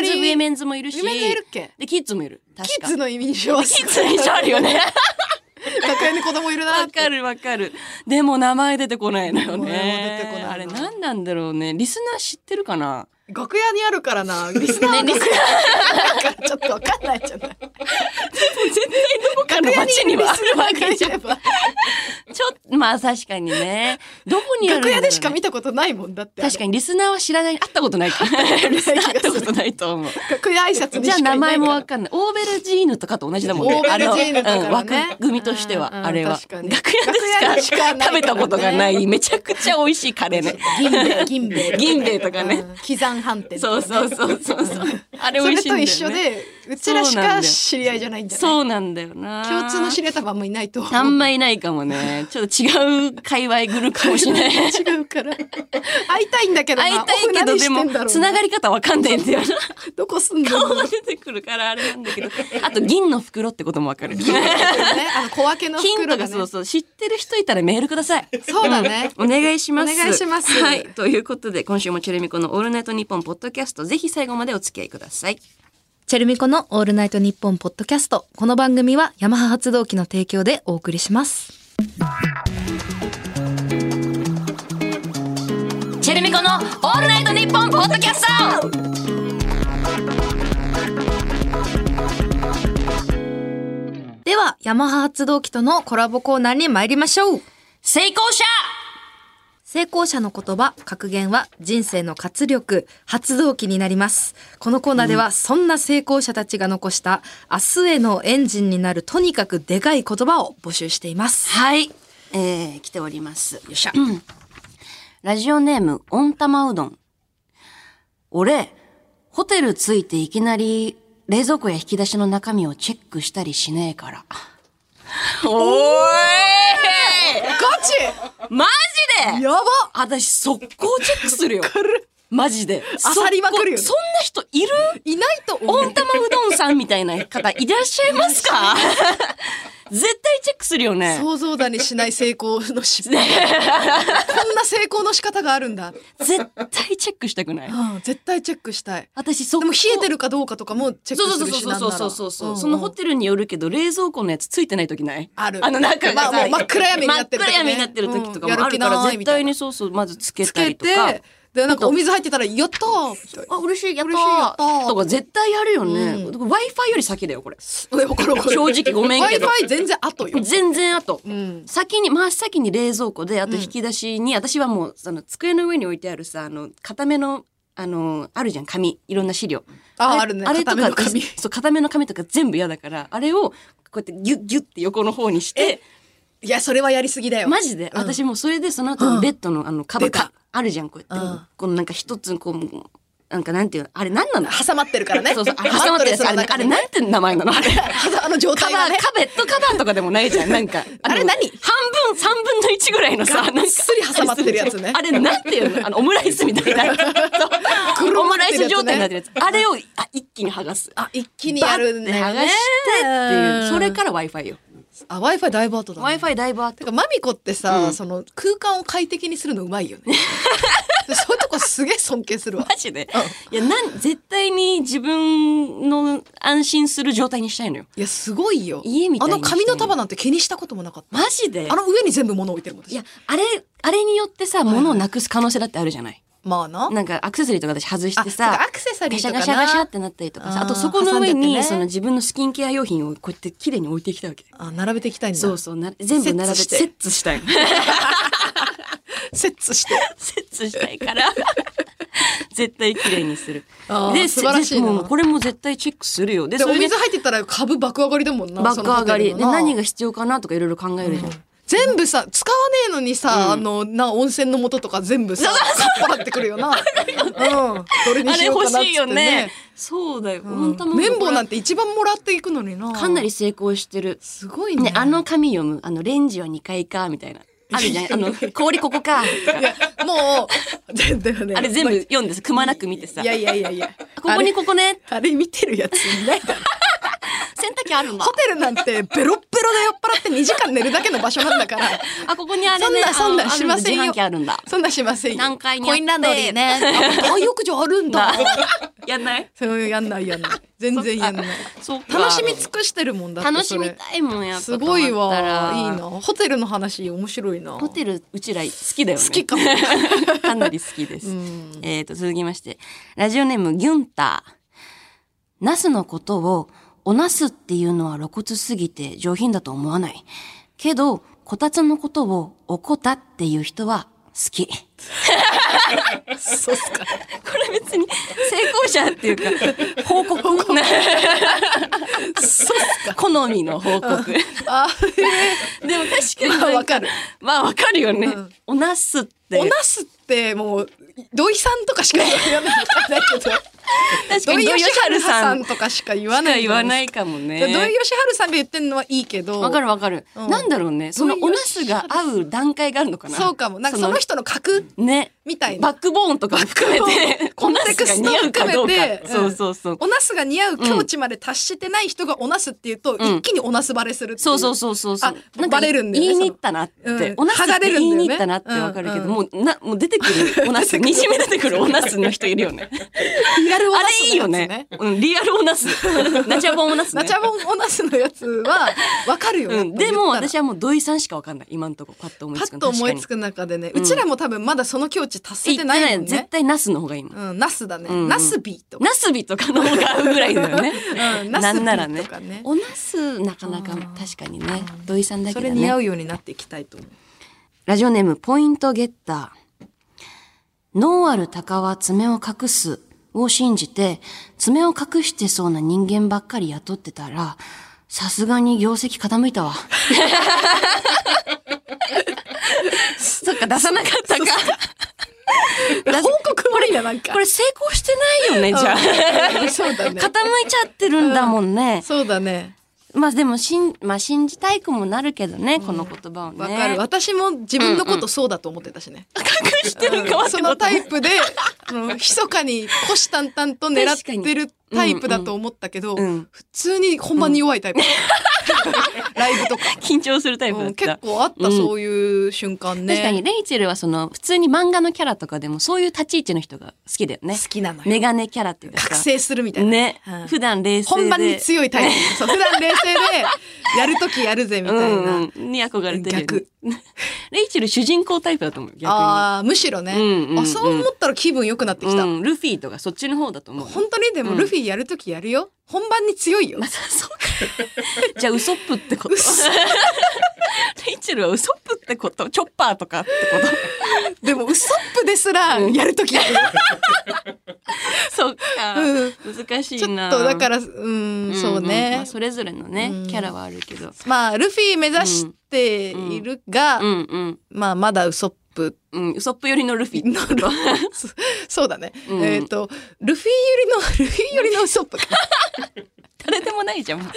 S2: メ
S3: 人
S2: ンズウィメンズもいるし
S3: 夢にいるっけ
S2: でキッズもいる確か
S3: キッズの印象はす
S2: キッズの印象あるよ ね
S3: 楽屋に子供いるな
S2: わ
S3: って
S2: かるわかるでも名前出てこないのよ
S3: 名前も
S2: ね
S3: 出てこないな
S2: あれ何なんだろうねリスナー知ってるか な
S3: 楽屋にあるからなリスナーは
S2: ねリスナ
S3: だからちょっとわかんないじゃない
S2: 絶対どこかの街にはあるわけじゃん。
S3: ん
S2: ちょっと、まあ確かにね。どこにあるんだろうね
S3: 楽屋でしか見たことないもんだって
S2: 確かにリスナーは知らない。会ったことないから。リスナー会ったことないと思う。
S3: 楽屋挨拶に
S2: じ
S3: し
S2: ゃあ
S3: かいな
S2: 名
S3: い
S2: 前もわ
S3: か
S2: かんない。オーベルジーヌとかと同じだもんね。
S3: オーベルジーヌとか
S2: あ
S3: ね
S2: のうん枠組みとして
S3: うんうん
S2: は、あれは。
S3: 確か
S2: 楽
S3: に
S2: 屋でし
S3: 楽屋
S2: か
S3: でしかないからね
S2: 食べたことがない、めちゃくちゃ美味しいカレーね。
S3: 銀兵衛銀兵衛
S2: 銀兵衛とかね
S3: うん刻ん飯店
S2: そうそうそうそうそう。あれ
S3: そ
S2: 美
S3: れ
S2: 味しいん
S3: と
S2: だよね。
S3: 一緒でうちらしか知り合いじゃないんじゃない
S2: そうなんだよな。
S3: 共通の知り合い多分あんまいないと思う
S2: あんまいないかもね。ちょっと違う界隈グループかもしれない。
S3: 違うから会いたいんだけどな
S2: 会いたいけど
S3: 何し
S2: で
S3: てんだろう
S2: もつながり方わかんないん だよな
S3: どこ住んでるの
S2: 顔が出てくるからあれなんだけどあと銀の袋ってこともわ かる
S3: ね、あの小分けの
S2: 金
S3: 袋
S2: と
S3: が
S2: か
S3: ね
S2: そうそう知ってる人いたらメールください
S3: そうだね
S2: お願いします
S3: お願いします
S2: はいということで今週もチェルミコの「オールナイトニッポン」ポッドキャストぜひ最後までお付き合いください
S4: チェルミコのオールナイトニッポンポッドキャスト。この番組はヤマハ発動機の提供でお送りします。
S2: チェルミコの「オールナイトニッポン」ポッドキャスト
S4: では、ヤマハ発動機とのコラボコーナーに参りましょう。
S2: 成功者
S4: 成功者の言葉、格言は人生の活力、発動機になります。このコーナーでは、そんな成功者たちが残した、明日へのエンジンになるとにかくでかい言葉を募集しています。
S2: はいえー、来ておりますよっ
S4: しゃ
S2: ラジオネーム温玉うどん俺、ホテル着いていきなり、冷蔵庫や引き出しの中身をチェックしたりしねえから。おー
S3: ガチ
S2: いマジで
S3: やば
S2: 私、速攻チェックするよ。マジで。
S3: あさりまくるよ
S2: 速攻そんな人いる
S3: いないと思う
S2: 温玉うどんさんみたいな方いらっしゃいますか絶対チェックするよね。
S3: 想像だにしない成功の失敗こんなな成功の仕方があるんだ、
S2: 絶対チェックしたくない。
S3: うん、絶対チェックしたい
S2: 私そ
S3: で
S2: こ
S3: も冷えてるかどうかとかもチェッ
S2: そ
S3: ク
S2: う
S3: す
S2: そう
S3: るし
S2: そう
S3: なん
S2: そ
S3: な
S2: う
S3: ら
S2: そうそうそう、
S3: ん
S2: そのホテルによるけど冷蔵庫のやつついてない時ない
S3: ある
S2: あの中がさ、
S3: まあもう真っ暗闇になってる
S2: 真っ
S3: 時ね
S2: 暗闇になってる時とかも
S3: うんやる
S2: ある
S3: 気
S2: か
S3: ない
S2: ら絶
S3: みた
S2: 対
S3: い
S2: に
S3: な
S2: そうそうまずつけ
S3: つ
S2: た
S3: け
S2: りとか
S3: てでなんかお水入ってたら「やったー!」みたいな
S2: あ嬉しいやった
S3: 嬉しいやったー
S2: とか絶対やるよね、
S3: うん
S2: w i f i より先だよこれ
S3: うんわかるわか る
S2: 正直ごめんけど
S3: Wi-Fi 全然後よ、
S2: 全然あと、
S3: ん
S2: 先に真っ先に冷蔵庫であと引き出しに、私はもうその机の上に置いてあるさあの固めのあのあるじゃん紙いろんな資料
S3: あ
S2: れ
S3: あるね
S2: あれとか
S3: 固めの紙
S2: そう固めの紙とか全部嫌だからあれをこうやってギュッギュッって横の方にして
S3: いやそれはやりすぎだよ
S2: マジで、私もうそれでその後にベッドのあのカバ
S3: 出
S2: ー
S3: た
S2: あるじゃんこうやって、
S3: うん
S2: このなんか一つこうなんかなんていうのあれ何なの
S3: 挟まってるからね
S2: そうそうあ
S3: マ
S2: 挟ま
S3: ッ
S2: っ
S3: ト
S2: てる
S3: レ
S2: や
S3: ス
S2: つあ
S3: の
S2: れあ
S3: 中
S2: れ
S3: にね
S2: なんて名前なのあれ
S3: あの状
S2: カ
S3: 態
S2: バ
S3: が
S2: ー、
S3: ね
S2: カベットカバーとかでもないじゃん。なんか。
S3: あれ
S2: の
S3: 何
S2: 半分、三分の一ぐらいのさ、なんか。
S3: がっつり挟まってるやつね
S2: あれなんていうのあの、オムライスみたいな。そうオムライス状態になってるやつ。あれをあ一気に剥がす。
S3: あ一気にやるんだ
S2: バ
S3: よ
S2: ッて剥が
S3: ね
S2: してっていう。それから Wi-Fi よ。
S3: あ Wi-Fi ダイバートだ、ね、
S2: Wi-Fi ダイバーって
S3: て。かマミコってさ、その空間を快適にするのうまいよ ねそういうとこすげえ尊敬するわ
S2: マジで。いや、なん、絶対に自分の安心する状態にしたいのよ。
S3: いやすごいよ
S2: 家みたいに
S3: あ
S2: したい
S3: の紙の束なんて気にしたこともなかった
S2: マジで
S3: あの上に全部物置いてるもん私
S2: いや、あれ、あれによってさ、物をなくす可能性だってあるじゃない。
S3: まあな
S2: なんかアクセサリーとか私外して
S3: あそう
S2: さ
S3: かアクセサリーとかな
S2: ガシャガシャガシャってなったりとかさ
S3: あ
S2: あ
S3: ー
S2: とそこの上
S3: 挟んじ
S2: に、
S3: ゃってね
S2: その自分のスキンケア用品をこうやって綺麗に置いてきたわけ
S3: あ並べていきたいんだ
S2: そうそうな全部並べて
S3: セッ
S2: ツしたい
S3: セッツして
S2: セッツしたいから 絶対綺麗にする
S3: あー
S2: で
S3: 素晴らしいな
S2: もうこれも絶対チェックするよで
S3: でお
S2: で
S3: 水入ってたら株爆上がりだもんな
S2: バック上がり
S3: そ
S2: で
S3: のホテルのな
S2: 何が必要かなとかいろいろ考えるじゃん、
S3: 全部さ使わねえのにさ、あのな温泉の素とか全部さかっぱらってくるよなうんどれに
S2: あれ
S3: しよう
S2: 欲
S3: かなっつ
S2: し
S3: っ
S2: ていよね
S3: ね
S2: そうだよ、
S3: うん
S2: 本当もう
S3: 綿棒なん
S2: こ
S3: て一番もらっていくのにな
S2: れはかなり成功してる
S3: すごいね
S2: ねあの紙読むあのレンジは2階かみたいなあるじゃんあ の氷ここかとか
S3: いやもう全然 ね
S2: あれ全部読んでくまなく見てさ。
S3: いやいやいやいや
S2: ここにここね、
S3: あれあれ見てるやついないだろ
S2: 洗濯機あるんだ
S3: ホ。テルなんてベロッベロで酔っ払って2時間寝るだけの場所なんだから
S2: あ、ここにあれ
S3: そん
S2: ね。
S3: なそん
S2: あ
S3: な
S2: の
S3: しません
S2: ある自販
S3: よ
S2: 機あるんだ。
S3: そんなしませんよ
S2: 何階にあって
S3: コインランドリ ーねあ浴場あるんだ
S2: やんない
S3: そうやんないやんない全然やんない
S2: そうか
S3: 楽しみ尽くしてるもんだって
S2: 楽し
S3: それ
S2: みたいもんやっぱ
S3: すごい
S2: 泊まった
S3: わ
S2: ら
S3: いいなホテルの話面白いな
S2: ホテルうちら好きだよね。
S3: 好きかも
S2: かなり好きです。えっ、と、続きまして。ラジオネーム、ギュンター。ナスのことを、おナスっていうのは露骨すぎて上品だと思わない。けど、こたつのことを、おこたっていう人は好き。こ
S3: そうっすか
S2: れ別に成功者っていうか、報告好みの報告。
S3: あ
S2: でも確
S3: ま あわかる
S2: まあわかるよね。おナスって。
S3: おなすってもう土井さんとかしか言わ ない け
S2: 確
S3: ど土
S2: か
S3: 井
S2: に土井
S3: 善晴
S2: 善
S3: さ
S2: さん
S3: ん
S2: し
S3: とかしか言わ
S2: か
S3: ない
S2: 言わないかもね。
S3: 土井善晴さんが言ってんのはいいけど
S2: わかるわかる、
S3: うん
S2: なんだろうねその
S3: ど
S2: お
S3: ういう
S2: ナスが合う段階があるのかな
S3: そうかもなんかその人の格
S2: そのね
S3: みたいな
S2: バックボーンとかも含 めて
S3: コ
S2: お
S3: ン
S2: ナ
S3: テ
S2: ス
S3: ク
S2: が
S3: ス
S2: 似
S3: ト
S2: 合うかど
S3: 含
S2: うか
S3: めて
S2: そうそうそうん
S3: おナスが似合う境地まで達してない人がおナスって言うと、一気におナスバレするってい
S2: そうそうそうそうそう
S3: あバレるんだよね
S2: 言いに行ったなって、
S3: うん
S2: おナスっ
S3: 剥が
S2: て
S3: れる
S2: 言
S3: ん
S2: い
S3: だ
S2: に行
S3: よね
S2: ったなってわかるけど、
S3: うんうん
S2: もうなもう出て くるおナスにじみ出てくるおナスの人いるよね
S3: リアルお
S2: あ
S3: ナ
S2: れい
S3: ス
S2: い
S3: の
S2: よ
S3: やつね
S2: ね、うん、リアルおナスナチャボンおナスね
S3: ナチャボンおナスのやつはわかるよ、
S2: うん、でも私
S3: は
S2: はもう土井さんしかわかんない今んとこパッと思い
S3: パ
S2: つく
S3: ッ
S2: の
S3: と思いつ
S2: 確か
S3: く中でね、うちらも多分まだその境地達せ
S2: に
S3: てないも
S2: 言
S3: ん
S2: って絶
S3: ね
S2: 対ナスの方がいいもん
S3: うん、ナスだね、
S2: ん
S3: ナスビーとか。
S2: ナスビとかの方が合うぐらいだよね
S3: うん
S2: なんならね
S3: ナスビとかね。
S2: おナスなかなか確かにね。土井さんだ
S3: そ
S2: け
S3: れ
S2: ど
S3: 似合
S2: ね。
S3: うようになっていきたいと思う
S2: ラジオネームポイントゲッター。ノーアル鷹は爪を隠すを信じて、爪を隠してそうな人間ばっかり雇ってたら、さすがに業績傾いたわ。 そっか、出さなかったか。
S3: 報告悪いななんか
S2: これ成功してないよね、じゃあ。
S3: うんそうだね
S2: 傾いちゃってるんだもんね。
S3: そうだね
S2: まあでもしん、まあ、信じたいくもなるけどね、この言葉をね。
S3: わかる私も自分のことそうだと思ってたしね、
S2: 覚してるかはって
S3: そ
S2: こと
S3: のタイプで、あの密かに虎視眈々と狙ってるタイプだと思ったけど、
S2: うんうん
S3: 普通に本番に弱いタイプ。ライ ブとか、
S2: 緊張するタイプだ
S3: う
S2: っ
S3: ん結
S2: た。
S3: 構あった、
S2: うん
S3: そういう瞬間ね。
S2: 確かにレイチェルはその普通に漫画のキャラとかでもそういう立ち位置の人が好きだよね。
S3: 好きなのよ
S2: メガネキャラっていうかさ。
S3: 覚醒するみたいな。
S2: ね、
S3: うん
S2: 普段冷静で。
S3: 本番に強いタ イプ。そう普段冷静で、やるときやるぜみたいな。
S2: うんうん、に憧れてるよね、
S3: 逆
S2: レイチェル主人公タイプだと思う逆に
S3: ああ、むしろね、
S2: うんうんうん
S3: あ。そう思ったら気分良くなってきた。
S2: うん、ルフィとかそっちの方だと思う
S3: 本当にでもルフィやるときやるよ。本番に強いよ。
S2: じゃあウソップってこと
S3: 嘘
S2: レイチェルはウソップってことチョッパーとかって こ
S3: でもウソップですらやるときや るよ。
S2: とそっか、
S3: うん
S2: 難しい
S3: ちょ
S2: な
S3: っとだからら、うん、そうね
S2: まあ、。それぞれのね、キャラはあるけど
S3: まあ、ルフィ目指しているが、
S2: うんうん
S3: まあ、まだウソップ
S2: うん、ウソップ寄りのルフィ
S3: のルそそうだね。
S2: うん
S3: えっ、と、ルフィ寄りの、ルフィ寄りのウソップ。
S2: 誰でもないじゃんもう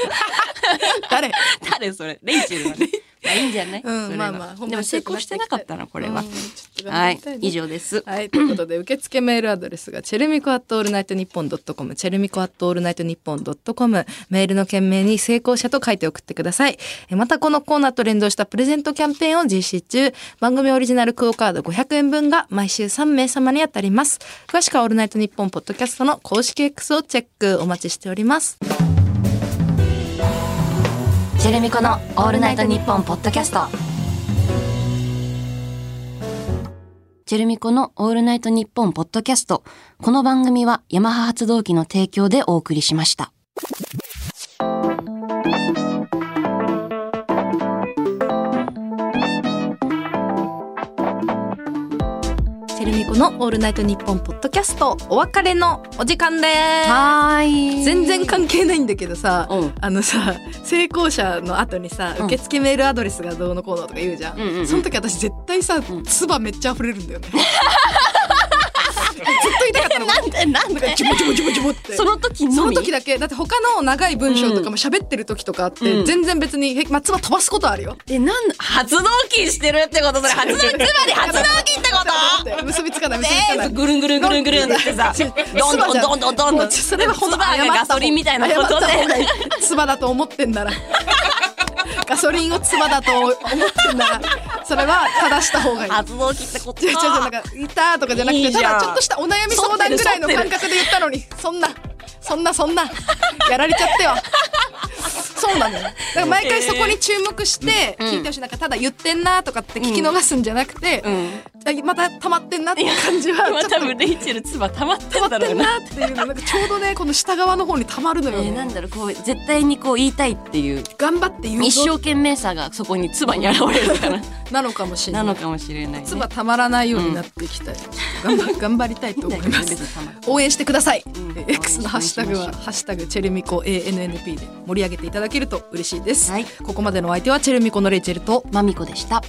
S3: 誰
S2: 誰それレイチェルはね まあいいんじゃない、
S3: うん
S2: それは
S3: まあまあ本番
S2: でも成功してなかったなこれは、
S3: うんちょっと頑
S2: は
S3: 張り
S2: い
S3: たいね
S2: 以上です
S3: はい、ということで、受付メールアドレスが、チェルミコアットオールナイトニッポンドットコム、チェルミコアットオールナイトニッポンドットコム、メールの件名に成功者と書いて送ってください。えまた、このコーナーと連動したプレゼントキャンペーンを実施中、番組オリジナルクオカード500円分が毎週3名様に当たります。詳しくはオールナイトニッポンポッドキャストの公式 X をチェック、お待ちしております。
S2: ジェレミコのオールナイトニッポンポッドキャスト。ジェレミコのオールナイトニッポンポッドキャスト。この番組はヤマハ発動機の提供でお送りしました。
S3: チェルミコのオールナイトニッポンポッドキャスト、お別れのお時間です。
S2: はーい
S3: 全然関係ないんだけどさ、
S2: うん
S3: あのさ成功者の後にさ、
S2: うん
S3: 受付メールアドレスがどうのこうのとか言うじゃん,、
S2: うんうんうん
S3: その時私絶対さ、唾めっちゃ溢れるんだ よねずっと言いたかったのな ん
S2: え、なん
S3: かジュボジュボジュボジュボって
S2: その時の
S3: その
S2: み
S3: 時だけだって他の長い文章とかも喋ってる時とかあって、
S2: うん
S3: 全然別に、へまあ、唾飛ばすことはあるよ
S2: え、なん、発動機してるってことそれ、発動、つまり発動機ってこと
S3: と結びつかない結びつかな
S2: え
S3: い、
S2: ー、ぐるんぐるんぐるんぐるんって さ、どんどんどんどんどんどん、
S3: それは本当
S2: 唾がガソリンみたいなことで。
S3: つばだと思ってんならガソリンをつばだと思ってんならそれは正した方がいい
S2: 発動機ってこと
S3: 違う違うなんか「いた」とかじゃなくて
S2: いいじゃん
S3: ただちょっとしたお悩み相談ぐらいの感覚で言ったのにそんなそんなそんなやられちゃってはそうなのよだから毎回そこに注目して聞いてほしい、なんかただ言ってんなとかって聞き逃すんじゃなくて、あまた溜まってんなっていう感じは
S2: 今
S3: ちょっ
S2: 多
S3: と
S2: 分レイチェル唾溜まって
S3: 溜
S2: ん
S3: ま
S2: だ
S3: って
S2: ろうんな。
S3: なっていうのなんかちょうどねこの下側の方に溜まるの
S2: え
S3: よ、
S2: ー、なんだろうこう絶対にこう言いたいっていう
S3: 頑張って言う
S2: 一生
S3: ぞ
S2: 懸命さがそこに唾に現れるから
S3: なのかもしれな
S2: ないのかもしれない、ね。
S3: つばたまらないようになっていきたい、頑張頑張りたいと思います応援してください、
S2: ん
S3: え X のハッシュタグ
S2: お願
S3: は
S2: い
S3: 「
S2: し
S3: ハッシュタグチェルミコ ANNP」で盛り上げていただけると嬉しいです、
S2: はい
S3: ここまでのお相手はチェルミコのレイチェルと
S2: まみこでした。